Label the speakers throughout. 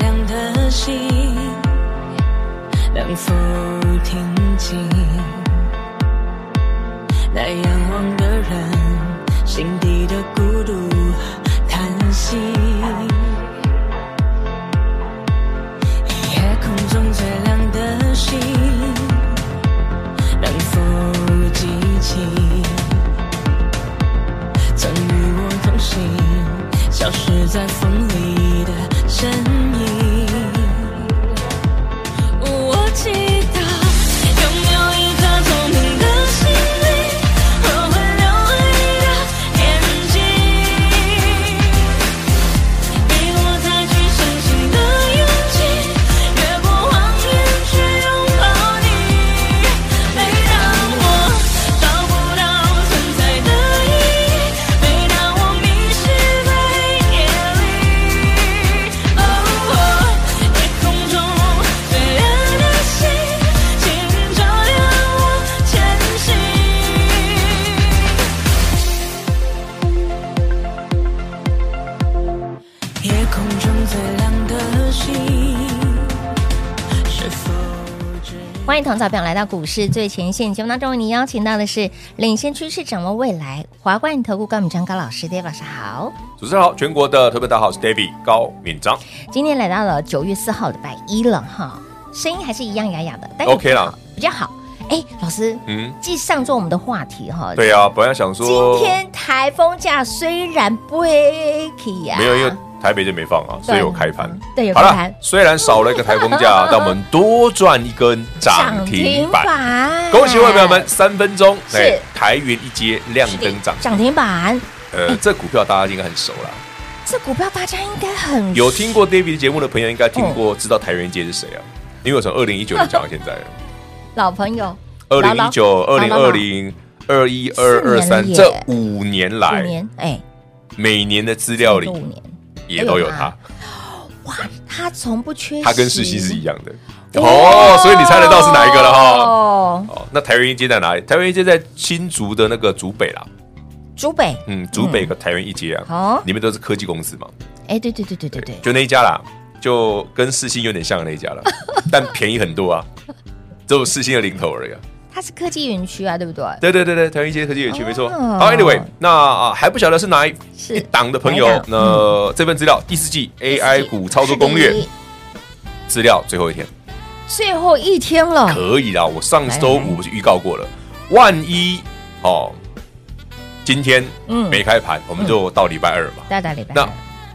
Speaker 1: 亮的星，能否听清？那仰望的人心底的孤独叹息。夜空中最亮的星，能否记起曾与我同行，消失在风里的身影？我祈祷拥有一颗透明的心灵和会流泪的眼睛，给我再去相信的勇气，越过谎言去拥抱你。每当我找不到存在的意义，每当我迷失在夜里，哦，夜空中最亮的星，请照亮我前行。夜空中最亮的星，是否只有？
Speaker 2: 欢迎唐早表来到股市最前线节目当中，为您邀请到的是领先趋势、掌握未来华冠投顾高敏章高老师，大家晚上好。
Speaker 3: 主持人好，全国的特别大家好，我是 David 高敏章
Speaker 2: 今天来到了九月四号礼拜一了哈，声音还是一样哑哑的，但是
Speaker 3: OK 啦
Speaker 2: 比较好。哎，老师，
Speaker 3: 嗯，
Speaker 2: 继上周我们的话题哈，
Speaker 3: 对啊，本来想
Speaker 2: 今
Speaker 3: 说
Speaker 2: 天台风假虽然不 a k 呀，
Speaker 3: 没有，因为台北就没放啊，所以有开盘。
Speaker 2: 对有
Speaker 3: 好
Speaker 2: 开
Speaker 3: 了
Speaker 2: 盘，
Speaker 3: 虽然少了一个台风假，但我们多赚一根涨停板。
Speaker 2: 板
Speaker 3: 恭喜各位朋友们，，三分钟，哎
Speaker 2: 是
Speaker 3: 台元一接亮
Speaker 2: 是的
Speaker 3: 灯涨停。
Speaker 2: 涨停板，
Speaker 3: 呃，这股票大家应该很熟啦，
Speaker 2: 这股票大家应该很
Speaker 3: 有听过 David 节目的朋友应该听
Speaker 2: 哦
Speaker 3: 过，知道台元一接是谁啊？因为我从二零一九年讲到现在了，
Speaker 2: 老朋友，
Speaker 3: 二零一九、
Speaker 2: 老
Speaker 3: 二零二零、二一、二二
Speaker 2: 四年
Speaker 3: 三
Speaker 2: 了耶
Speaker 3: 这五年
Speaker 2: 五
Speaker 3: 来，
Speaker 2: 年，哎，
Speaker 3: 每年的资料里
Speaker 2: 五年，
Speaker 3: 也
Speaker 2: 哎
Speaker 3: 都有
Speaker 2: 啊
Speaker 3: 它，
Speaker 2: 哇，他从不缺席，
Speaker 3: 它跟世新是一样的。
Speaker 2: 哇
Speaker 3: 哦，所以你猜得到是哪一个了哈？
Speaker 2: 哦，
Speaker 3: 哦，那台湾一街在哪里？台湾一街在新竹的那个竹北啦，
Speaker 2: 竹北，
Speaker 3: 嗯，竹北和台湾一街啊
Speaker 2: 嗯好，
Speaker 3: 里面都是科技公司嘛，
Speaker 2: 哎，对对对对对对，
Speaker 3: 就那一家啦，就跟世新有点像的那一家 了，但便宜很多啊，只有世新的零头而已啊。
Speaker 2: 它是科技园区啊，对不对？
Speaker 3: 对对对对，台湾一街科技园区
Speaker 2: 哦
Speaker 3: 没错。好，Anyway，那啊还不晓得是哪一
Speaker 2: 是
Speaker 3: 一档的朋友
Speaker 2: 哪一档，嗯
Speaker 3: 那这份资料第四季 AI 股操作攻略
Speaker 2: 是的
Speaker 3: 资料最后一天。
Speaker 2: 最后一天了，
Speaker 3: 可以啦，我上周
Speaker 2: 来来
Speaker 3: 五不是预告过了，万一哦，今天
Speaker 2: 嗯
Speaker 3: 没开盘，我们就到礼拜二嘛。
Speaker 2: 大大礼拜
Speaker 3: 那
Speaker 2: 二，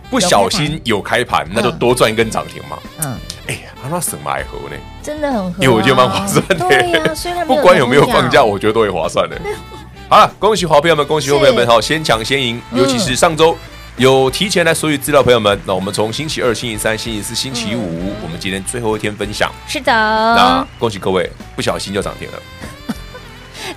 Speaker 3: 不小心嗯有开盘，嗯那就多赚一根涨停嘛。
Speaker 2: 嗯，
Speaker 3: 哎呀，阿拉省买盒呢，
Speaker 2: 真的很合啊，
Speaker 3: 因为我觉得蛮划算
Speaker 2: 对呀，虽
Speaker 3: 的，
Speaker 2: 然
Speaker 3: 不管有没有
Speaker 2: 台风
Speaker 3: 放假，我觉得都会划算的。好了，恭喜好朋友们，恭喜好朋友们，
Speaker 2: 是
Speaker 3: 好，先抢先赢，
Speaker 2: 嗯
Speaker 3: 尤其是上周。有提前来索取资料的朋友们，那我们从星期二、星期三、星期四、星期五，我们今天最后一天分享。
Speaker 2: 是的，
Speaker 3: 那恭喜各位，不小心就涨停了。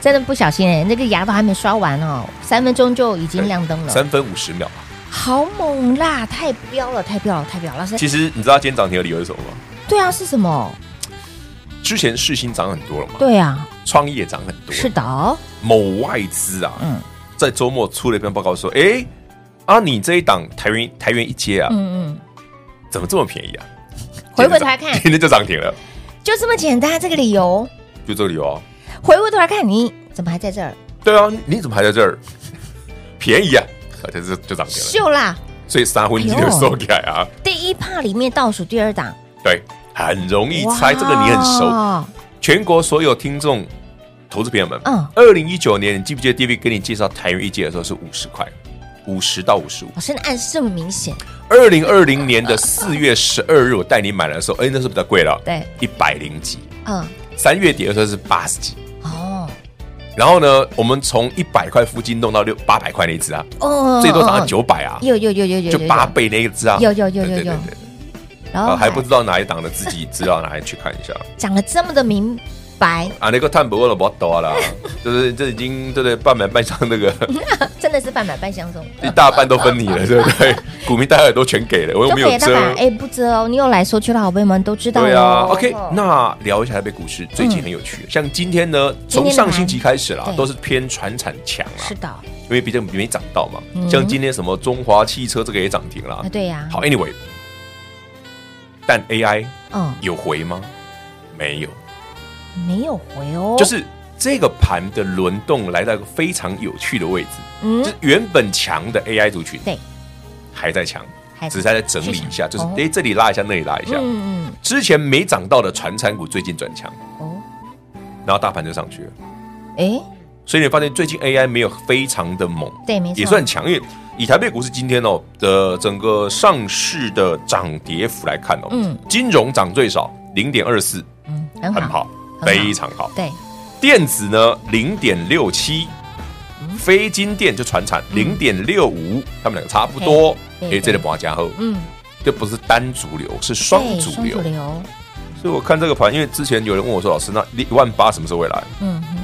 Speaker 2: 真的不小心哎，那个牙都还没刷完哦，三分钟就已经亮灯了，
Speaker 3: 哎三分五十秒。
Speaker 2: 好猛啦！太彪了，太彪了，太彪了！老师，
Speaker 3: 其实你知道今天涨停的理由是什么吗？
Speaker 2: 对啊，是什么？
Speaker 3: 之前世新涨很多了嘛，
Speaker 2: 对啊，
Speaker 3: 创业涨很多，
Speaker 2: 是的，
Speaker 3: 某外资啊，
Speaker 2: 嗯
Speaker 3: 在周末出了一篇报告说，哎、啊，你这一档台元台元一接啊，
Speaker 2: 嗯
Speaker 3: 怎么这么便宜啊？
Speaker 2: 回过头来看
Speaker 3: 今天就涨停了，
Speaker 2: 嗯，就这么简单，这个理由。
Speaker 3: 就这个理由啊。
Speaker 2: 回过头来看，你怎么还在这儿？
Speaker 3: 对啊，你怎么还在这儿？ 便宜啊，啊这这就涨停了，
Speaker 2: 秀啦！
Speaker 3: 所以三婚你
Speaker 2: 哎呦
Speaker 3: 就收起来啊。
Speaker 2: 第一趴里面倒数第二档，
Speaker 3: 对，很容易猜，这个你很熟。
Speaker 2: 哇
Speaker 3: 全国所有听众、投资朋友们，
Speaker 2: 嗯
Speaker 3: 二零一九年，你记不记得 d v 给你介绍台元一届的时候是五十块，五十到五十五。
Speaker 2: 老师的暗示这么明显，
Speaker 3: 二零二零年的四月十二日，我带你买的时候，哎、那时候比较贵了，
Speaker 2: 对，
Speaker 3: 一百零几。
Speaker 2: 嗯，
Speaker 3: 三月底的时候是八十几，
Speaker 2: 哦，
Speaker 3: 然后呢，我们从一百块附近弄到六八百块那一只啊，
Speaker 2: 哦，
Speaker 3: 最多涨到
Speaker 2: 哦，
Speaker 3: 九百啊
Speaker 2: 哦，有有有有有，
Speaker 3: 就
Speaker 2: 有
Speaker 3: 八，倍那一只啊，
Speaker 2: 有有有有哦
Speaker 3: 对
Speaker 2: 有
Speaker 3: 对对对
Speaker 2: 然
Speaker 3: 啊，
Speaker 2: 后
Speaker 3: 还不知道哪一档的，自己知道哪里去看一下。
Speaker 2: 讲的这么的明白，
Speaker 3: 啊，那个碳不了不多啦， 就是这已经对不对半买半上那 个
Speaker 2: 真的是半买半相送，
Speaker 3: 一大半都分你了，对不对？ 股民大家也都全给了，我又
Speaker 2: 都
Speaker 3: 没有
Speaker 2: 给大
Speaker 3: 遮。
Speaker 2: 板，哎，不遮哦，你有来说去的好朋友们都知道
Speaker 3: 对啊
Speaker 2: 哦。
Speaker 3: ，OK，
Speaker 2: 哦
Speaker 3: 那聊一下台北股市最近很有趣，像今天呢，
Speaker 2: 嗯今天的
Speaker 3: 从上星期开始啦
Speaker 2: 对，
Speaker 3: 都是偏船产强啦
Speaker 2: 是，的，
Speaker 3: 因为毕竟没涨到嘛。像今天什么中华汽车这个也涨停啦
Speaker 2: 啊，。对呀，
Speaker 3: 好，Anyway，但 AI
Speaker 2: 嗯，
Speaker 3: 有回吗？没有，
Speaker 2: 哦没有回哦，
Speaker 3: 就是这个盘的轮动来到一个非常有趣的位置，
Speaker 2: 嗯
Speaker 3: 就是原本强的 AI 族群，
Speaker 2: 对，
Speaker 3: 还在强，
Speaker 2: 还
Speaker 3: 只是在整理一下，就是哎这里拉一下，那里拉一下。
Speaker 2: 嗯嗯
Speaker 3: 之前没涨到的传产股最近转强，
Speaker 2: 嗯哦，
Speaker 3: 然后大盘就上去了。
Speaker 2: 哎，
Speaker 3: 所以你发现最近 AI 没有非常的猛，
Speaker 2: 对，没错，
Speaker 3: 也算强，因为以台北股市今天哦的整个上市的涨跌幅来看哦，
Speaker 2: 嗯
Speaker 3: 金融涨最少零点二四，
Speaker 2: 嗯很
Speaker 3: 很
Speaker 2: 好，
Speaker 3: 好，
Speaker 2: 很好
Speaker 3: 非常好。
Speaker 2: 对，
Speaker 3: 电子呢零点六七，
Speaker 2: 嗯
Speaker 3: 非金电就传产零点六五，他们两个差不多。
Speaker 2: 对
Speaker 3: 哎，
Speaker 2: 对
Speaker 3: 这里把加后，
Speaker 2: 嗯，
Speaker 3: 这不是单主流，是双
Speaker 2: 对
Speaker 3: 主
Speaker 2: 双
Speaker 3: 流
Speaker 2: 主。流，
Speaker 3: 所以我看这个盘，因为之前有人问我说，老师，那一万八什么时候会来？
Speaker 2: 嗯哼，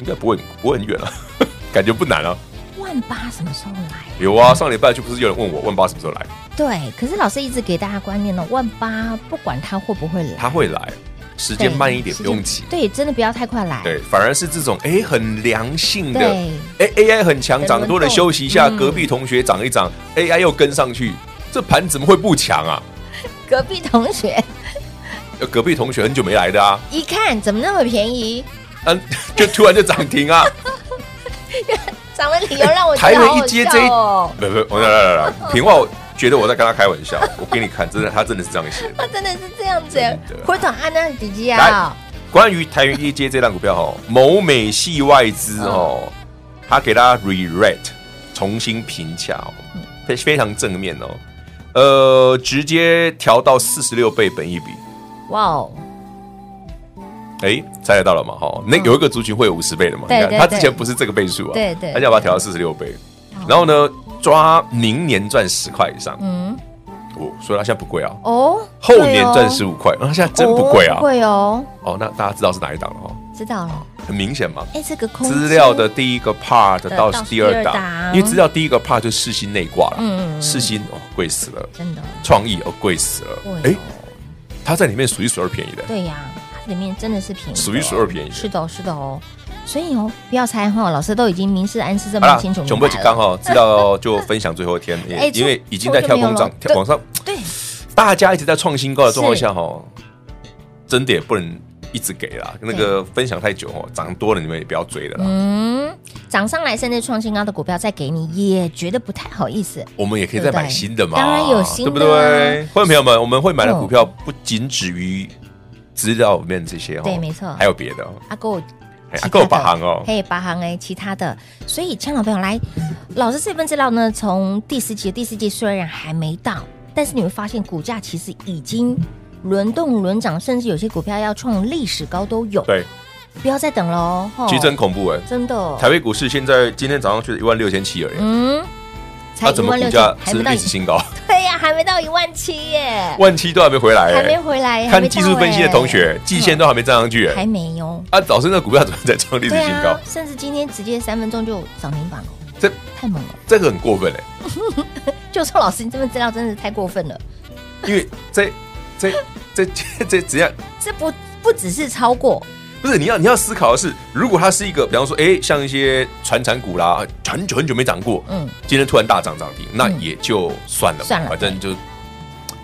Speaker 3: 应该不会，不会很远了、啊 感觉不难啊。
Speaker 2: 万八什么时候来？
Speaker 3: 有啊，上礼拜就不是有人问我万八什么时候来，
Speaker 2: 对，可是老师一直给大家观念呢，万八不管它会不会来，
Speaker 3: 他会来，时间慢一点，不用急。
Speaker 2: 对，真的不要太快来，
Speaker 3: 对，反而是这种哎很良性的，
Speaker 2: 对
Speaker 3: 哎 AI 很强，
Speaker 2: 很
Speaker 3: 涨多了
Speaker 2: 轮动
Speaker 3: 休息一下，
Speaker 2: 嗯
Speaker 3: 隔壁同学涨一涨，AI 又跟上去，这盘怎么会不强啊？
Speaker 2: 隔壁同学
Speaker 3: 呃隔壁同学很久没来的啊，
Speaker 2: 一看怎么那么便宜，
Speaker 3: 嗯， 就突然就涨停啊，
Speaker 2: 涨了理由让我觉
Speaker 3: 台
Speaker 2: 得好
Speaker 3: 北一
Speaker 2: 好
Speaker 3: 接
Speaker 2: 笑
Speaker 3: 这一
Speaker 2: 哦，
Speaker 3: 不不，我来来来 来，平话我觉得我在跟他开玩笑，我给你看，真的他真的是这样写的。
Speaker 2: 他真的是这样子
Speaker 3: 真的，
Speaker 2: 回头按那姐姐啊，
Speaker 3: 关于台元一街这档股票哦，某美系外资
Speaker 2: 嗯
Speaker 3: 哦，他给大家 re-rate 重新评价哦，
Speaker 2: 嗯
Speaker 3: 非非常正面哦，呃，直接调到四十六倍本一比，
Speaker 2: 哇哦，
Speaker 3: 哎，猜得到了嘛？哈，那有一个族群会有五十倍的嘛？
Speaker 2: 嗯对
Speaker 3: 你看
Speaker 2: 对
Speaker 3: 他
Speaker 2: 对
Speaker 3: 之前不是这个倍数啊，
Speaker 2: 对对哦
Speaker 3: 他就把它调到四十六倍，然后呢，抓明年赚十块以上，
Speaker 2: 嗯，
Speaker 3: 哦，所以它现在不贵啊，
Speaker 2: 哦，
Speaker 3: 后年赚
Speaker 2: 对
Speaker 3: 十
Speaker 2: 哦
Speaker 3: 五块，那它现在真不贵啊
Speaker 2: 哦不，贵哦，
Speaker 3: 哦，那大家知道是哪一档了哈，
Speaker 2: 知道了，
Speaker 3: 很明显嘛。
Speaker 2: 哎，这个空
Speaker 3: 资料的
Speaker 2: 间，
Speaker 3: 第一个 part
Speaker 2: 对
Speaker 3: 到
Speaker 2: 到
Speaker 3: 第二
Speaker 2: 第二
Speaker 3: 档，
Speaker 2: 档
Speaker 3: 因为资料第一个 part 就是世新内挂了，
Speaker 2: 嗯嗯，
Speaker 3: 世新哦贵死了，
Speaker 2: 真的
Speaker 3: 创意哦贵死了
Speaker 2: 贵哦，
Speaker 3: 哎，它在里面数一数二便宜的，
Speaker 2: 对呀，它里面真的是便宜的哦，
Speaker 3: 数一数二便宜的
Speaker 2: 是的哦，是的哦。所以哦，不要猜哈，老师都已经明示暗示这
Speaker 3: 好
Speaker 2: 么
Speaker 3: 啦
Speaker 2: 清楚，
Speaker 3: 穷不
Speaker 2: 明白
Speaker 3: 刚
Speaker 2: 了
Speaker 3: 好知道就分享最后 一天，
Speaker 2: 哎
Speaker 3: 因为
Speaker 2: 错
Speaker 3: 已经在跳空涨
Speaker 2: 错就没有了，
Speaker 3: 跳往上，
Speaker 2: 对，
Speaker 3: 大家一直在创新高的状况下哈，真的也不能一直给啦，那个分享太久哦，涨多了你们也不要追了啦。
Speaker 2: 嗯，涨上来甚至创新高的股票再给你，也觉得不太好意思。
Speaker 3: 我们也可以再
Speaker 2: 对不
Speaker 3: 买
Speaker 2: 对
Speaker 3: 新的嘛，
Speaker 2: 当然有新的啊
Speaker 3: 对不对？观众朋友们，我们会买的
Speaker 2: 嗯
Speaker 3: 股票不仅止于资料里面这些哦，
Speaker 2: 对没错
Speaker 3: 还有别的哦，
Speaker 2: 阿狗，
Speaker 3: 哎
Speaker 2: 其
Speaker 3: 还
Speaker 2: 他
Speaker 3: 够
Speaker 2: 的
Speaker 3: 把行哦。
Speaker 2: 嘿，八行哎，其他的。所以，亲爱的朋友，来，老师这份资料呢，从第四季，第四季虽然还没到，但是你会发现股价其实已经轮动轮涨，甚至有些股票要创历史高都有。
Speaker 3: 对，
Speaker 2: 不要再等了哦，吼
Speaker 3: 其实真恐怖哎，
Speaker 2: 真的，
Speaker 3: 台北股市现在今天早上去的一万六千七而已，
Speaker 2: 嗯，才
Speaker 3: 它
Speaker 2: 一
Speaker 3: 啊怎么
Speaker 2: 万
Speaker 3: 股
Speaker 2: 六
Speaker 3: 价
Speaker 2: 千，还
Speaker 3: 是
Speaker 2: 没到
Speaker 3: 历史新高？
Speaker 2: 对呀、还没到一万七耶，
Speaker 3: 万七都还没回来
Speaker 2: 还没
Speaker 3: 哎，
Speaker 2: 回来耶，还
Speaker 3: 看
Speaker 2: 没
Speaker 3: 技术
Speaker 2: 到
Speaker 3: 分析的
Speaker 2: 耶
Speaker 3: 同学，季线都还没站上去哎
Speaker 2: 还。没哟。
Speaker 3: 啊，早生的股票怎么在创历史
Speaker 2: 对
Speaker 3: 新高
Speaker 2: 啊？，甚至今天直接三分钟就涨停板了，
Speaker 3: 这
Speaker 2: 太猛了！
Speaker 3: 这个很过分欸嘞，
Speaker 2: 就说老师，你这份资料真的是太过分了。
Speaker 3: 因为这这这这这怎样？
Speaker 2: 这不不只是超过，
Speaker 3: 不是你要你要思考的是，如果它是一个，比方说，哎，像一些传产股啦，很久很久没涨过，
Speaker 2: 嗯，
Speaker 3: 今天突然大涨涨停，那也就算了嘛，
Speaker 2: 算了
Speaker 3: 反正就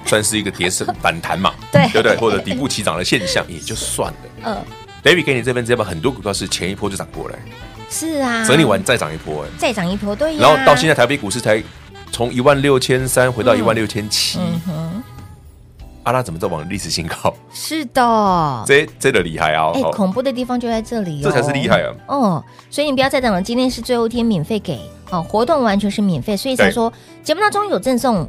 Speaker 3: 算是一个跌升 反弹嘛，
Speaker 2: 对
Speaker 3: 对不对？或者底部起涨的现象也就算了。
Speaker 2: 呃，
Speaker 3: David 给你这边资料，很多股票是前一波就涨过了，欸
Speaker 2: 是啊，
Speaker 3: 整理完再涨一波，哎，
Speaker 2: 再涨一波，对呀、
Speaker 3: 然后到现在台北股市才从一万六千三回到一万六千七，
Speaker 2: 嗯哼，
Speaker 3: 阿拉怎么在往历史新高？
Speaker 2: 是的，
Speaker 3: 这这的厉害啊！
Speaker 2: 哎、
Speaker 3: 哦
Speaker 2: 恐怖的地方就在这里、哦，
Speaker 3: 这才是厉害啊！
Speaker 2: 哦，所以你不要再等了，今天是最后一天，免费给哦，活动完全是免费，所以才
Speaker 3: 对
Speaker 2: 说节目当中有赠送，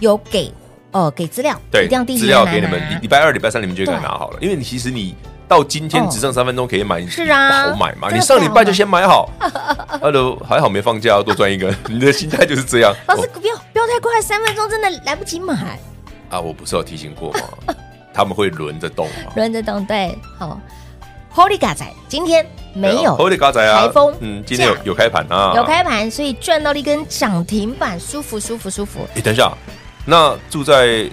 Speaker 2: 有给呃给资料，
Speaker 3: 对
Speaker 2: 一定要第一
Speaker 3: 资
Speaker 2: 时
Speaker 3: 料
Speaker 2: 间来
Speaker 3: 给你们，礼
Speaker 2: 拿啊
Speaker 3: 礼拜二、礼拜三你们就可以
Speaker 2: 对
Speaker 3: 拿好了，因为你其实你到今天
Speaker 2: 哦
Speaker 3: 只剩三分钟可以买，
Speaker 2: 是啊
Speaker 3: 不好买嘛。
Speaker 2: 真的
Speaker 3: 你上礼拜就先 买好，哈喽，还好没放假，多赚一个。你的心态就是这样。
Speaker 2: 老师
Speaker 3: 哦，
Speaker 2: 不要不要太快，三分钟真的来不及买，
Speaker 3: 啊，我不是有提醒过吗？他们会轮着动嘛。
Speaker 2: 轮着动，对，好，Holy 嘎仔，今天没有
Speaker 3: Holy 嘎仔啊，
Speaker 2: 台风
Speaker 3: 嗯，今天有
Speaker 2: 假
Speaker 3: 有开盘啊，
Speaker 2: 有。开盘，所以赚到了一根涨停板，舒服舒服舒服，
Speaker 3: 哎，等一下，那住在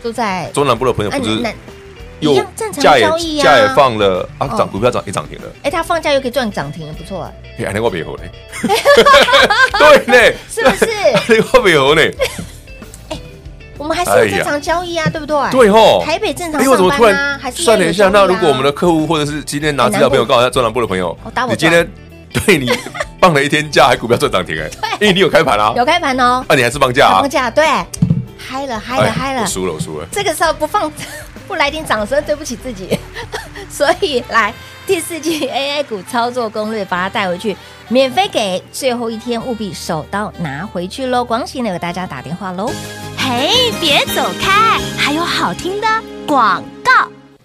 Speaker 2: 都在
Speaker 3: 中南部的朋友
Speaker 2: 啊
Speaker 3: 不是
Speaker 2: 那一
Speaker 3: 又
Speaker 2: 样正常
Speaker 3: 假也
Speaker 2: 交易啊
Speaker 3: 假也放了啊，
Speaker 2: 哦
Speaker 3: 涨股票涨也涨停了，
Speaker 2: 哎，他放假又可以赚涨停，不错啊，
Speaker 3: 哎，那个别 猴嘞，对呢，
Speaker 2: 是不 是？哎
Speaker 3: 那个别猴嘞，
Speaker 2: 我们还是有正常交易啊，对不对？
Speaker 3: 哎对吼。
Speaker 2: 台北正常
Speaker 3: 哎，我怎么
Speaker 2: 上
Speaker 3: 突
Speaker 2: 班啊，
Speaker 3: 然
Speaker 2: 还是
Speaker 3: 算了一下？
Speaker 2: 要有交易
Speaker 3: 那
Speaker 2: 啊
Speaker 3: 如果我们的客户或者是今天拿资料朋友，
Speaker 2: 很难过
Speaker 3: 刚好在中南部的朋友
Speaker 2: 哦打，我
Speaker 3: 你今天对你放了一天假，还股票赚 涨停哎，因为你有开盘啊，
Speaker 2: 有开盘哦，
Speaker 3: 啊，你还是放假
Speaker 2: 大
Speaker 3: 啊
Speaker 2: 放，假对，嗨了嗨了
Speaker 3: 哎
Speaker 2: 嗨了
Speaker 3: 我，输了，我输了，
Speaker 2: 这个时候不放 不来点掌声，对不起自己。 所以来第四季 AI 股操作攻略，把它带回去，免费给，最后一天务必手刀拿回去喽！广喜呢给大家打电话喽。
Speaker 4: 嘿，别走开，还有好听的广告。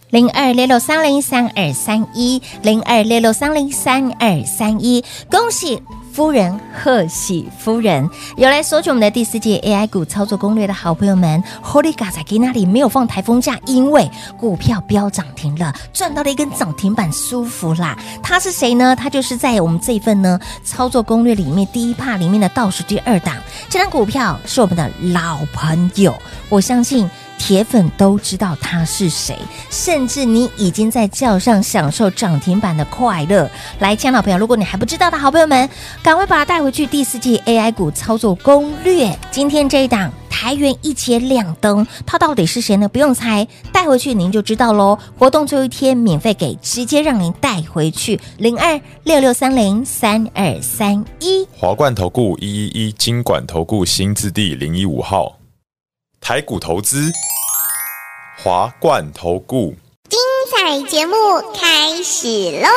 Speaker 2: 零二六六三零三二三一，零二六六三零三二三一，恭喜夫人，贺喜夫人！有来索取我们的第四届 AI 股操作攻略的好朋友们，Holy g a z a g 那里没有放台风假，因为股票飙涨停了，赚到了一根涨停板，舒服啦！他是谁呢？他就是在我们这一份呢操作攻略里面第一 part 里面的倒数第二档，这张股票是我们的老朋友，我相信。铁粉都知道他是谁，甚至你已经在轿上享受涨停板的快乐。来，亲爱的老朋友，如果你还不知道的好朋友们，赶快把它带回去。第四季 AI 股操作攻略，今天这一档台元一节亮灯，它到底是谁呢？不用猜，带回去您就知道喽。活动最后一天免费给，直接让您带回去。零二六六三零三二三一。
Speaker 5: 华冠投顾一一一金管投顾新字第零一五号，台股投资，华冠投顾。
Speaker 6: 彩节目开始喽！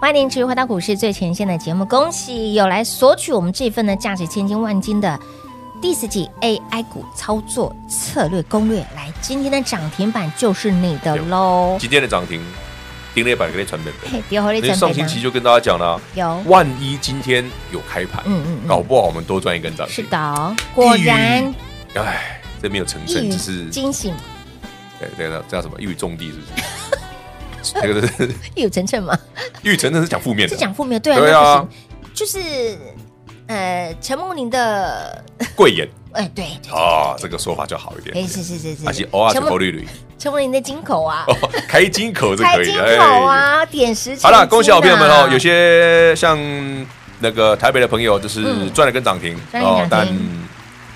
Speaker 2: 欢迎您持续回到股市最前线的节目，恭喜有来索取我们这份呢价值千金万金的第四季 AI 股操作策略攻略。来，今天的涨停板就是你的喽！
Speaker 3: 今天的涨停，盯了一百给你传本本。
Speaker 2: 嘿，丢回来
Speaker 3: 因为上星期就跟大家讲了啊，
Speaker 2: 有，
Speaker 3: 万一今天有开盘，
Speaker 2: 嗯嗯嗯
Speaker 3: 搞不好我们多赚一根涨
Speaker 2: 是
Speaker 3: 停。
Speaker 2: 的哦，果然
Speaker 3: 哎，这没有成
Speaker 2: 一
Speaker 3: 真，
Speaker 2: 语
Speaker 3: 只是
Speaker 2: 惊醒，
Speaker 3: 对对对，叫什么一语中的，是不是？ 那个是
Speaker 2: 一语成谶嘛，
Speaker 3: 玉成，那是讲负面
Speaker 2: 是
Speaker 3: 的，
Speaker 2: 讲负面对啊，
Speaker 3: 哎对
Speaker 2: 那
Speaker 3: 啊
Speaker 2: 不行，就是呃，陈梦玲的，
Speaker 3: 贵眼
Speaker 2: 哎，对对
Speaker 3: 啊，这个说法就好一
Speaker 2: 对，哎，
Speaker 3: 点。
Speaker 2: 是是是
Speaker 3: 而且
Speaker 2: 是，
Speaker 3: 偶尔是
Speaker 2: 陈
Speaker 3: 头
Speaker 2: 梦
Speaker 3: 绿绿，
Speaker 2: 陈梦玲的金口啊，
Speaker 3: 哦，开金口就
Speaker 2: 开
Speaker 3: 可以
Speaker 2: 金
Speaker 3: 了。哎
Speaker 2: 口啊，点石成金啊。
Speaker 3: 好了，恭喜好朋友们哦！有些像那个台北的朋友，就是
Speaker 2: 嗯
Speaker 3: 赚了根涨停哦
Speaker 2: 赚了根涨
Speaker 3: 但
Speaker 2: 停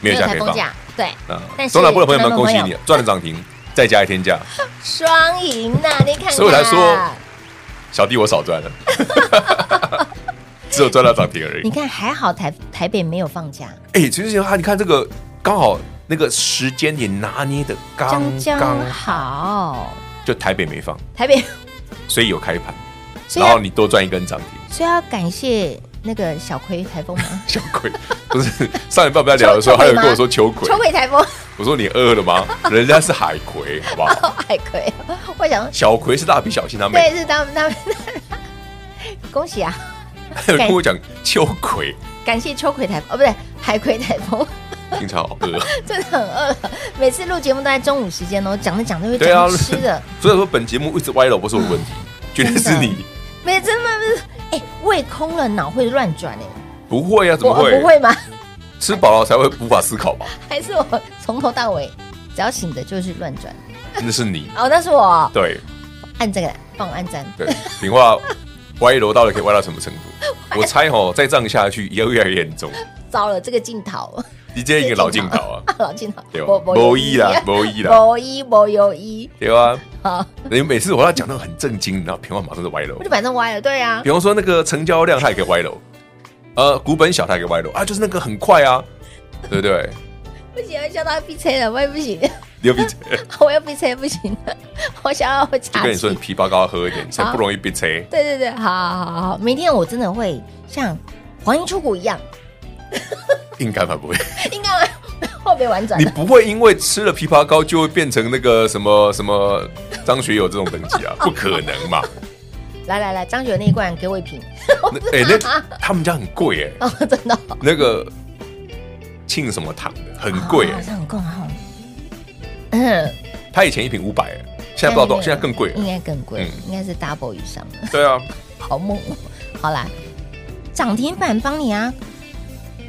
Speaker 3: 没有价可
Speaker 2: 台
Speaker 3: 以
Speaker 2: 风
Speaker 3: 放。
Speaker 2: 假，对，但
Speaker 3: 啊，
Speaker 2: 是
Speaker 3: 中南部的朋友
Speaker 2: 中南
Speaker 3: 们，
Speaker 2: 部
Speaker 3: 恭
Speaker 2: 的
Speaker 3: 喜
Speaker 2: 朋
Speaker 3: 你赚了涨停，再加一 天假。
Speaker 2: 双赢呐！你看看，
Speaker 3: 所以我才说小弟我少赚了， 只有赚到涨停而
Speaker 2: 你
Speaker 3: 已。
Speaker 2: 看还好台台北没有放假，
Speaker 3: 哎、其实他你看这个刚好那个时间点拿捏的刚啊
Speaker 2: 刚
Speaker 3: 刚
Speaker 2: 刚，好，
Speaker 3: 就台北没放，
Speaker 2: 台北，
Speaker 3: 所以有开盘，
Speaker 2: 所以
Speaker 3: 然后
Speaker 2: 要
Speaker 3: 你多赚一根涨停。
Speaker 2: 所以要感谢那个小葵台风吗？
Speaker 3: 小 鬼不是上一半我们在聊的时候，
Speaker 2: 秋
Speaker 3: 还
Speaker 2: 葵
Speaker 3: 有
Speaker 2: 吗
Speaker 3: 跟我说求鬼
Speaker 2: 秋，葵台风，
Speaker 3: 我说你饿 了吗？人家是海葵，好不好？
Speaker 2: 哦海葵，我想说
Speaker 3: 小葵是蜡笔小新他妹
Speaker 2: 对，，是他们他们，恭喜啊！
Speaker 3: 还有跟我讲秋葵，
Speaker 2: 感谢秋葵台风哦，不对，海葵台风，
Speaker 3: 经常好饿。
Speaker 2: 真的很饿了。每次录节目都在中午时间哦，讲着讲着会
Speaker 3: 对啊
Speaker 2: 讲吃的，
Speaker 3: 所以说本节目一直歪楼不是我的问 题，绝对是
Speaker 2: 真的
Speaker 3: 你
Speaker 2: 每次嘛不是，哎，胃空了脑会乱转哎，
Speaker 3: 不会啊？怎么
Speaker 2: 我呃
Speaker 3: 会？
Speaker 2: 不会吗？
Speaker 3: 吃饱了才会无法思考吧？
Speaker 2: 还是我从头到尾只要醒着就是乱转。
Speaker 3: 那是你。
Speaker 2: 哦，那是我
Speaker 3: 对
Speaker 2: 按这个啦，帮我按赞。
Speaker 3: 对，平话歪楼到底可以歪到什么 程度？我猜哦，再这样下去也会越来越严重。
Speaker 2: 糟了，这个镜头，
Speaker 3: 你今天一个老镜头啊，
Speaker 2: 老镜头，
Speaker 3: 对吧
Speaker 2: 没？
Speaker 3: 无意
Speaker 2: 啊
Speaker 3: 啦，，无意 啦，
Speaker 2: 无一无有一，
Speaker 3: 对吧？
Speaker 2: 好，
Speaker 3: 你每次我要讲到很震惊，然后平话马上就歪楼
Speaker 2: 我。就把它歪了。对啊，
Speaker 3: 比方说那个成交量，它也可以歪楼，呃，股本小它也可以歪楼啊，就是那个很快啊，对不对？
Speaker 2: 不行，要笑到逼车了，我也不行，
Speaker 3: 你要闭嘴，
Speaker 2: 我要逼车不行了，我想要会
Speaker 3: 就
Speaker 2: 岔
Speaker 3: 跟你
Speaker 2: 气
Speaker 3: 说，你。枇杷膏要喝一点，才不容易被车。
Speaker 2: 对对对，好好好好，明天我真的会像黄莺出谷一样，
Speaker 3: 应该吧不会，
Speaker 2: 应该会 后面婉转
Speaker 3: 你
Speaker 2: 了。
Speaker 3: 不会因为吃了枇杷膏就会变成那个什么什么张学友这种等级啊？不可能嘛！
Speaker 2: 来来来，张学友那一罐给我一瓶
Speaker 3: 那哎、那他们家很贵哎、
Speaker 2: 哦，真的哦，
Speaker 3: 那个庆什么糖的很贵
Speaker 2: 哦好
Speaker 3: 哎、
Speaker 2: 像很贵哈。嗯，
Speaker 3: 他以前一瓶五百哎，现在不知道多少，现在更贵了
Speaker 2: 应。该更贵
Speaker 3: 嗯，
Speaker 2: 应该是 double 以上了，
Speaker 3: 对啊，
Speaker 2: 好猛哦。好啦，涨停板帮你啊，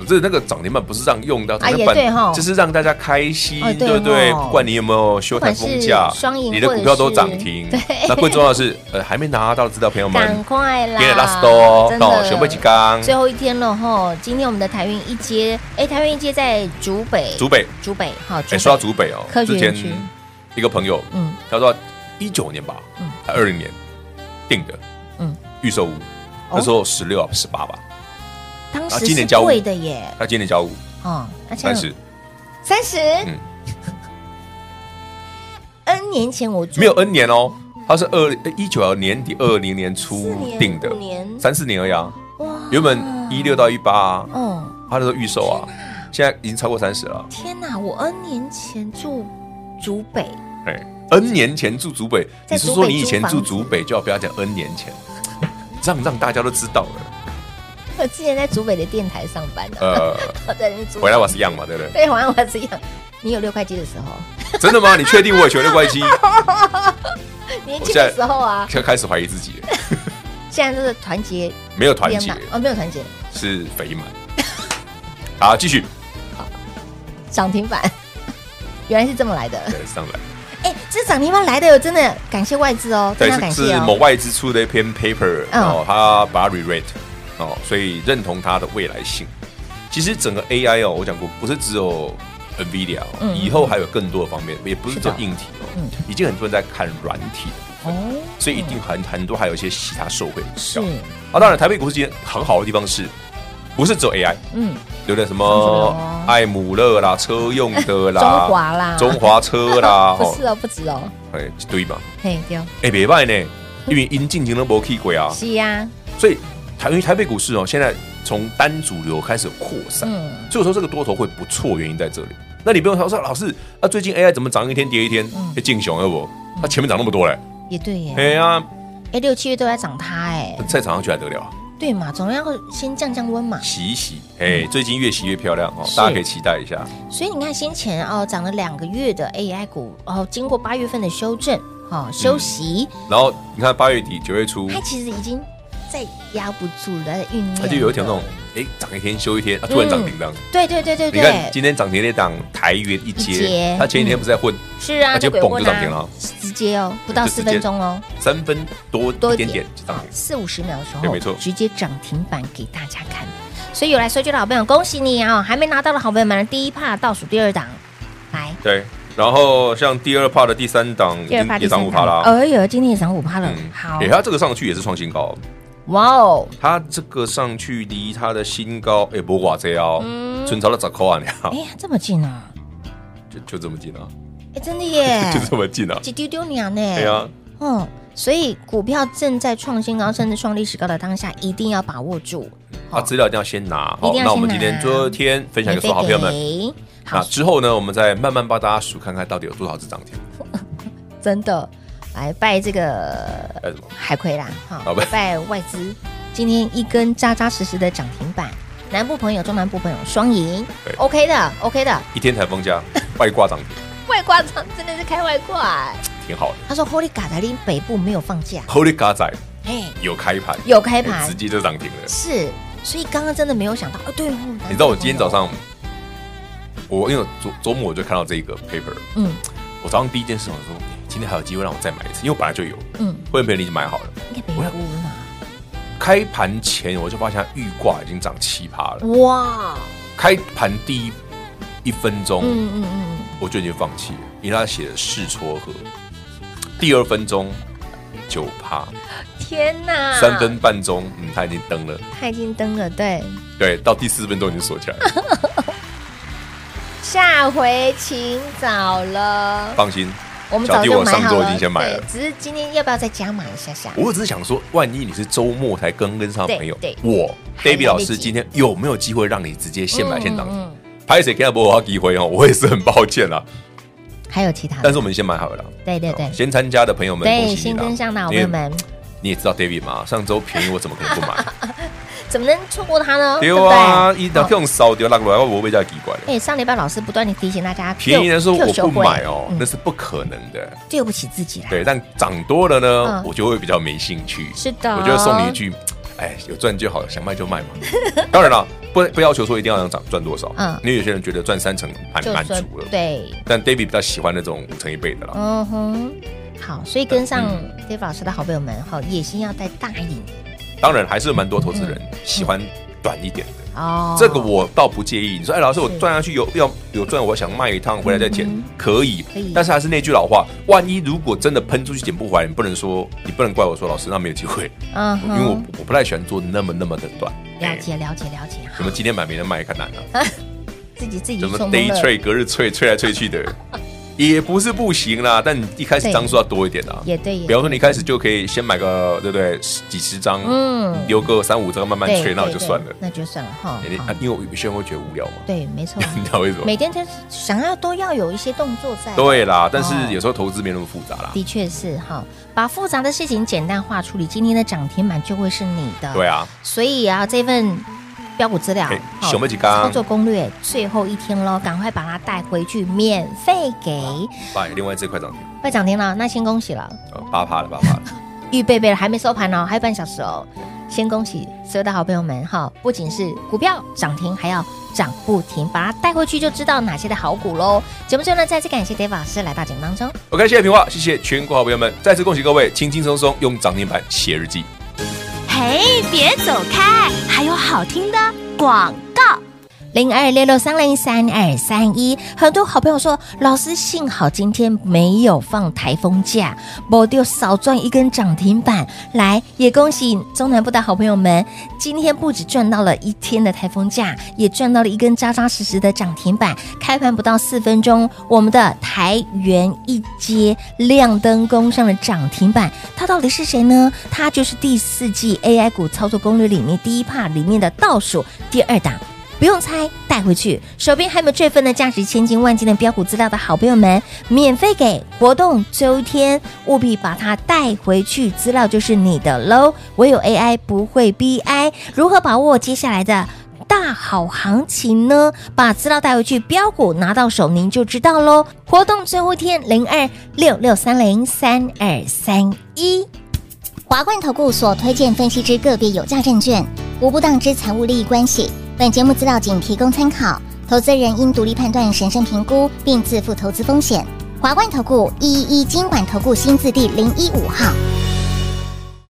Speaker 3: 这那个涨停板不是让用到，
Speaker 2: 啊
Speaker 3: 涨停
Speaker 2: 也
Speaker 3: 板
Speaker 2: 对吼
Speaker 3: 就是让大家开心
Speaker 2: 哦，对
Speaker 3: 对不对？
Speaker 2: 吼
Speaker 3: 不管你有没有休
Speaker 2: 不管
Speaker 3: 台
Speaker 2: 是
Speaker 3: 风假
Speaker 2: 双，赢
Speaker 3: 你的股票都涨停
Speaker 2: 或者是。
Speaker 3: 那更重要的是，呃，还没拿到的资料朋友们
Speaker 2: 赶，快啦，
Speaker 3: 给你拉斯多，
Speaker 2: 真
Speaker 3: 到
Speaker 2: 的，
Speaker 3: 选备几缸，
Speaker 2: 最后一天了吼，今天我们的台运一街，哎，台运一街在竹北，
Speaker 3: 竹北，
Speaker 2: 竹北，好，竹
Speaker 3: 哎，
Speaker 2: 北
Speaker 3: 说到竹北哦
Speaker 2: 科，学
Speaker 3: 之
Speaker 2: 园
Speaker 3: 前
Speaker 2: 区
Speaker 3: 一个朋友，
Speaker 2: 嗯，
Speaker 3: 他说一九年吧
Speaker 2: 嗯，
Speaker 3: 还二零年订的，
Speaker 2: 嗯哦
Speaker 3: 嗯，预售屋，那时候十六啊十八吧，
Speaker 2: 当
Speaker 3: 啊
Speaker 2: 时
Speaker 3: 今年
Speaker 2: 是
Speaker 3: 交屋
Speaker 2: 贵的耶，
Speaker 3: 他今年交屋
Speaker 2: 哦，那现
Speaker 3: 三
Speaker 2: 在
Speaker 3: 十，
Speaker 2: 三十
Speaker 3: 嗯
Speaker 2: ，N 嗯年前我住
Speaker 3: 没有 N 年哦，他是二一九年底二零年初订的
Speaker 2: 四年五，年
Speaker 3: 三四年而已啊。
Speaker 2: 哇
Speaker 3: 原本一六到一八、啊，
Speaker 2: 哦，
Speaker 3: 它那时候预售啊，现在已经超过三十了。
Speaker 2: 天哪，我 N 年前住竹北，
Speaker 3: 哎，N 年前住竹北，
Speaker 2: 在
Speaker 3: 你是说你以前
Speaker 2: 竹北
Speaker 3: 住
Speaker 2: 租
Speaker 3: 竹北，就要不要讲 N 年前？这样让大家都知道了。
Speaker 2: 我之前在竹北的电台上班 的，
Speaker 3: 呃，
Speaker 2: 我在那边住
Speaker 3: 回来我是一样嘛，对不对？
Speaker 2: 对，好像我是一样。你有六块鸡的时候，
Speaker 3: 真的吗？你确定我有学六块七？
Speaker 2: 年轻的
Speaker 3: 现在
Speaker 2: 时候啊，
Speaker 3: 现在开始怀疑自己了，
Speaker 2: 现在就是团结
Speaker 3: 没有团结
Speaker 2: 嘛，哦，没有团结，
Speaker 3: 是肥满。好，继续，
Speaker 2: 涨停板 原来是这么来的。
Speaker 3: 对，上来，
Speaker 2: 哎，这涨停板来的哟，真的感谢外资哦，真的要
Speaker 3: 对，
Speaker 2: 感
Speaker 3: 是
Speaker 2: 谢
Speaker 3: 是某
Speaker 2: 哦。
Speaker 3: 外支出的一篇 paper，
Speaker 2: 嗯
Speaker 3: 哦，他把它 re-rate，哦，所以认同它的未来性。其实整个 AI 哦，我讲过，不是只有 NVIDIA，、哦
Speaker 2: 嗯
Speaker 3: 以后还有更多的方面，也不是
Speaker 2: 是
Speaker 3: 只
Speaker 2: 的
Speaker 3: 有硬体哦，
Speaker 2: 嗯
Speaker 3: 已经很多人在看软体了，
Speaker 2: 哦，
Speaker 3: 所以一定很很多还有一些其他受惠的股
Speaker 2: 是
Speaker 3: 票。，啊，当然，台北股市今天很好的地方是，不是只有 AI，
Speaker 2: 嗯，
Speaker 3: 有点什
Speaker 2: 上次有
Speaker 3: 么
Speaker 2: 哦
Speaker 3: 艾姆勒啦、车用的啦、
Speaker 2: 中华啦
Speaker 3: 中华车啦，
Speaker 2: 不是哦，不止哦，
Speaker 3: 哎、一堆嘛，
Speaker 2: 嘿，对，
Speaker 3: 哎、别卖呢，因为因进行都没去过啊，
Speaker 2: 是呀，
Speaker 3: 所以台因为台北股市哦，现在从单主流开始扩散，
Speaker 2: 嗯
Speaker 3: 所以我说这个多头会不错，原因在这里。那你不用说说老师啊，最近 AI 怎么涨一天跌一天？
Speaker 2: 嗯
Speaker 3: 哎、进熊了不？它、啊前面涨那么多嘞，
Speaker 2: 也对
Speaker 3: 哎
Speaker 2: 耶。
Speaker 3: 呀，
Speaker 2: 哎，六七月都在涨它哎，
Speaker 3: 再涨上去还得了？
Speaker 2: 对嘛，总要先降降温嘛。
Speaker 3: 洗一洗，哎，最近越洗越漂亮哦，
Speaker 2: 嗯是
Speaker 3: 大家可以期待一下。
Speaker 2: 所以你看，先前哦涨了两个月的 AI 股，哦经过八月份的修正，哦休息，
Speaker 3: 然后你看八月底九月初，
Speaker 2: 它其实已经在压不住了，在酝酿。
Speaker 3: 嗯它就有一条那种，哎，涨一天休一天，啊，突然涨停这样。
Speaker 2: 对对嗯对对
Speaker 3: 你看
Speaker 2: 对，
Speaker 3: 今天涨停那档台元一
Speaker 2: 一
Speaker 3: 阶
Speaker 2: 阶，
Speaker 3: 它前一天不是在混
Speaker 2: 是啊，
Speaker 3: 它就
Speaker 2: 那鬼
Speaker 3: 嘣就
Speaker 2: 混啊
Speaker 3: 涨停了，
Speaker 2: 直接哦，不到
Speaker 3: 就直
Speaker 2: 四
Speaker 3: 接
Speaker 2: 分钟哦，
Speaker 3: 三分多
Speaker 2: 多
Speaker 3: 一
Speaker 2: 一
Speaker 3: 点
Speaker 2: 点
Speaker 3: 点就涨停，
Speaker 2: 四五十秒的时候，
Speaker 3: 对没错
Speaker 2: 直接涨停板给大家看。所以有来收据的好朋友，恭喜你啊、哦！还没拿到的好朋友们，第一帕倒数第二档，来，
Speaker 3: 对，然后像第二趴的第三档已
Speaker 2: 第二帕
Speaker 3: 经
Speaker 2: 第
Speaker 3: 也涨
Speaker 2: 三
Speaker 3: 五趴
Speaker 2: 档，
Speaker 3: 啦，
Speaker 2: 哎呦，今天也涨五趴了，好
Speaker 3: 给，它这个上去也是创新高，
Speaker 2: 哇哦，
Speaker 3: 它这个上去离它的新高哎不寡这哦，存超了十块啊
Speaker 2: 哎，呀，这么近啊！
Speaker 3: 就就这么近啊，
Speaker 2: 哎，真的耶，
Speaker 3: 就这么近啊，
Speaker 2: 一丢丢娘呢。
Speaker 3: 对啊，
Speaker 2: 嗯，所以股票正在创新高甚至创历史高的当下，一定要把握住。
Speaker 3: 啊资料一定要先拿，
Speaker 2: 一
Speaker 3: 好
Speaker 2: 定要，先
Speaker 3: 那我们今天
Speaker 2: 拿
Speaker 3: 昨天分享给所有好朋友们，
Speaker 2: 免费给
Speaker 3: 那
Speaker 2: 好，
Speaker 3: 之后呢，我们再慢慢帮大家数看看到底有多少只涨 停，
Speaker 2: 真的来拜这个
Speaker 3: 还哎有什么？
Speaker 2: 海葵啦，
Speaker 3: 好吧
Speaker 2: 拜外资，今天一根扎扎实实的涨停板。南部朋友、中南部朋友双赢
Speaker 3: 对
Speaker 2: ，OK 的，OK 的，
Speaker 3: 一天台风假，外挂涨停，
Speaker 2: 外挂厂真的是开外挂、哎
Speaker 3: 挺好的。
Speaker 2: 他说，Holy God，林北部没有放假，
Speaker 3: Holy God 仔
Speaker 2: 哎，
Speaker 3: 有开盘，
Speaker 2: 有开盘
Speaker 3: 哎直接就涨停了。
Speaker 2: 是，所以刚刚真的没有想到，哦，对哦，南部
Speaker 3: 你知道我今天
Speaker 2: 朋友
Speaker 3: 早，上，我因为昨周末我就看到这一个 paper，
Speaker 2: 嗯
Speaker 3: 我早上第一件事我说，哎今天还有机会让我再买一次，因为我本来就有，
Speaker 2: 嗯，
Speaker 3: 会员朋友你已经买好了。
Speaker 2: 应该北部嘛，
Speaker 3: 开盘前我就发现它预挂已经涨七趴了，
Speaker 2: 哇，
Speaker 3: 开盘第一一分钟
Speaker 2: 嗯嗯嗯，
Speaker 3: 我就已经放弃了，因为它写的试撮合，第二分钟九趴，
Speaker 2: 啊天哪，
Speaker 3: 三分半钟嗯它已经登了，
Speaker 2: 他已经登了，对，
Speaker 3: 对，到第四分钟已经锁起来了。
Speaker 2: 下回请早了，
Speaker 3: 放心，
Speaker 2: 我们
Speaker 3: 小
Speaker 2: 早
Speaker 3: 弟
Speaker 2: 就
Speaker 3: 我
Speaker 2: 买
Speaker 3: 上
Speaker 2: 好
Speaker 3: 周
Speaker 2: 了，
Speaker 3: 已经先买了
Speaker 2: 对，。只是今天要不要再加码一下下？
Speaker 3: 我只是想说，万一你是周末才刚跟上的朋友
Speaker 2: 对，对
Speaker 3: 我
Speaker 2: 还来得
Speaker 3: David 老师
Speaker 2: 及
Speaker 3: 今天有没有机会让你直接现买现涨停？
Speaker 2: 嗯，嗯
Speaker 3: 拍谁给他不好机会哦，我也是很抱歉 啦。
Speaker 2: 还有其他的，
Speaker 3: 但是我们先买好了啦，
Speaker 2: 对对对
Speaker 3: 先参加的朋友们，恭
Speaker 2: 对，
Speaker 3: 喜你
Speaker 2: 新
Speaker 3: 啦
Speaker 2: 跟上的好朋友，
Speaker 3: 因为
Speaker 2: 们，
Speaker 3: 你也知道 David 嘛，上周便宜我怎么可能不 买？
Speaker 2: 怎么能错过它呢？
Speaker 3: 对
Speaker 2: 不
Speaker 3: 啊，一到
Speaker 2: 好
Speaker 3: 这种烧掉那个来，我不会再奇怪了。
Speaker 2: 哎，上礼拜老师不断的提醒大家，
Speaker 3: 便宜的时候
Speaker 2: 就
Speaker 3: 我
Speaker 2: 就收
Speaker 3: 不
Speaker 2: 回
Speaker 3: 买哦，
Speaker 2: 嗯
Speaker 3: 那是不可能的。
Speaker 2: 对不起自己啦。
Speaker 3: 对，但涨多了呢
Speaker 2: 嗯，
Speaker 3: 我就会比较没兴趣。
Speaker 2: 是的
Speaker 3: 我就会送你一句，哎，有赚就好，想卖就卖嘛。 当然了，不不要求说一定要涨赚多少，
Speaker 2: 嗯
Speaker 3: 因为有些人觉得赚三成蛮
Speaker 2: 就
Speaker 3: 满
Speaker 2: 说
Speaker 3: 足了。
Speaker 2: 对，
Speaker 3: 但 David 比较喜欢那种五成一倍的啦。
Speaker 2: 嗯哼，好，所以跟上
Speaker 3: 嗯
Speaker 2: Dave 老师的好朋友们，哈，野心要带大一点
Speaker 3: 当然，还是有蛮多投资人喜欢短一点的。
Speaker 2: 嗯哦。
Speaker 3: 这个我倒不介意。你说，哎，老师，我赚下去有要有赚，我想卖一趟回来再减，可以
Speaker 2: 嗯可以。
Speaker 3: 但是还是那句老话，万一如果真的喷出去捡不回来，你不能说，你不能怪我说老师那没有机会，
Speaker 2: 嗯
Speaker 3: 因
Speaker 2: 哼，
Speaker 3: 为我我不太喜欢做那么那么的短。
Speaker 2: 了解了解了解，
Speaker 3: 怎
Speaker 2: 好
Speaker 3: 么，今天买明天卖，看难啊？
Speaker 2: 自己自己
Speaker 3: 怎么
Speaker 2: 送风
Speaker 3: day
Speaker 2: 了
Speaker 3: trade 隔日 trade 吹来吹 去的，也不是不行啦。但你一开始张数要多一点啊。
Speaker 2: 也对，也
Speaker 3: 比方说，你一开始就可以先买个，对不对？十几十张，
Speaker 2: 嗯
Speaker 3: 留个三五张慢慢
Speaker 2: 对
Speaker 3: 吹，那我就
Speaker 2: 对
Speaker 3: 算
Speaker 2: 对
Speaker 3: 了。
Speaker 2: 那就算了哈。
Speaker 3: 哎
Speaker 2: 好
Speaker 3: 因为有些人会觉得无聊嘛，
Speaker 2: 对，没 错，
Speaker 3: 你知道为什么？
Speaker 2: 每天都想要都要有一些动作在，
Speaker 3: 对啦，但是
Speaker 2: 哦
Speaker 3: 有时候投资没那么复杂啦。
Speaker 2: 的确是哈，把复杂的事情简单化处理，今天的涨停板就会是你的。
Speaker 3: 对啊，
Speaker 2: 所以啊，这份标股资料
Speaker 3: 哎、
Speaker 2: 好
Speaker 3: 熊妹几缸
Speaker 2: 操作攻略最后一天喽，赶快把它带回去，免费给。
Speaker 3: 哎，另外这块涨停，
Speaker 2: 快涨停了，那先恭喜了，
Speaker 3: 呃八趴了，八趴了。
Speaker 2: 预备备了，还没收盘哦，还有半小时哦。先恭喜所有的好朋友们哈！不仅是股票涨停，还要涨不停，把它带回去就知道哪些的好股喽。节目最后呢，再次感谢 Dave 老师来到节目当中。
Speaker 3: OK，谢谢平话，谢谢全国好朋友们，再次恭喜各位，轻轻松松用涨停板写日记。
Speaker 4: 嘿，别走开，还有好听的广告。
Speaker 2: 零二六六三零三二三一，很多好朋友说，老师幸好今天没有放台风假，我就少赚一根涨停板。来，也恭喜中南部的好朋友们，今天不止赚到了一天的台风假，也赚到了一根扎扎实实的涨停板。开盘不到四分钟，我们的台元一接亮灯攻上了涨停板，它到底是谁呢？它就是第四季 AI 股操作攻略里面第一 part 里面的倒数第二档。不用猜，带回去。手边还有没有这份呢价值千金万金的标股资料的好朋友们，免费给活动最后一天，务必把它带回去，资料就是你的喽。唯有 AI 不会 BI，如何把握接下来的？大好行情呢，把资料带回去，标股拿到手您就知道喽。活动最后一天，零二六六三零三二三一。
Speaker 6: 华冠投顾所推荐分析之个别有价证券，无不当之财务利益关系。本节目资料仅提供参考，投资人应独立判断、审慎评估，并自负投资风险。华冠投顾一一一金管投顾新字第零一五号。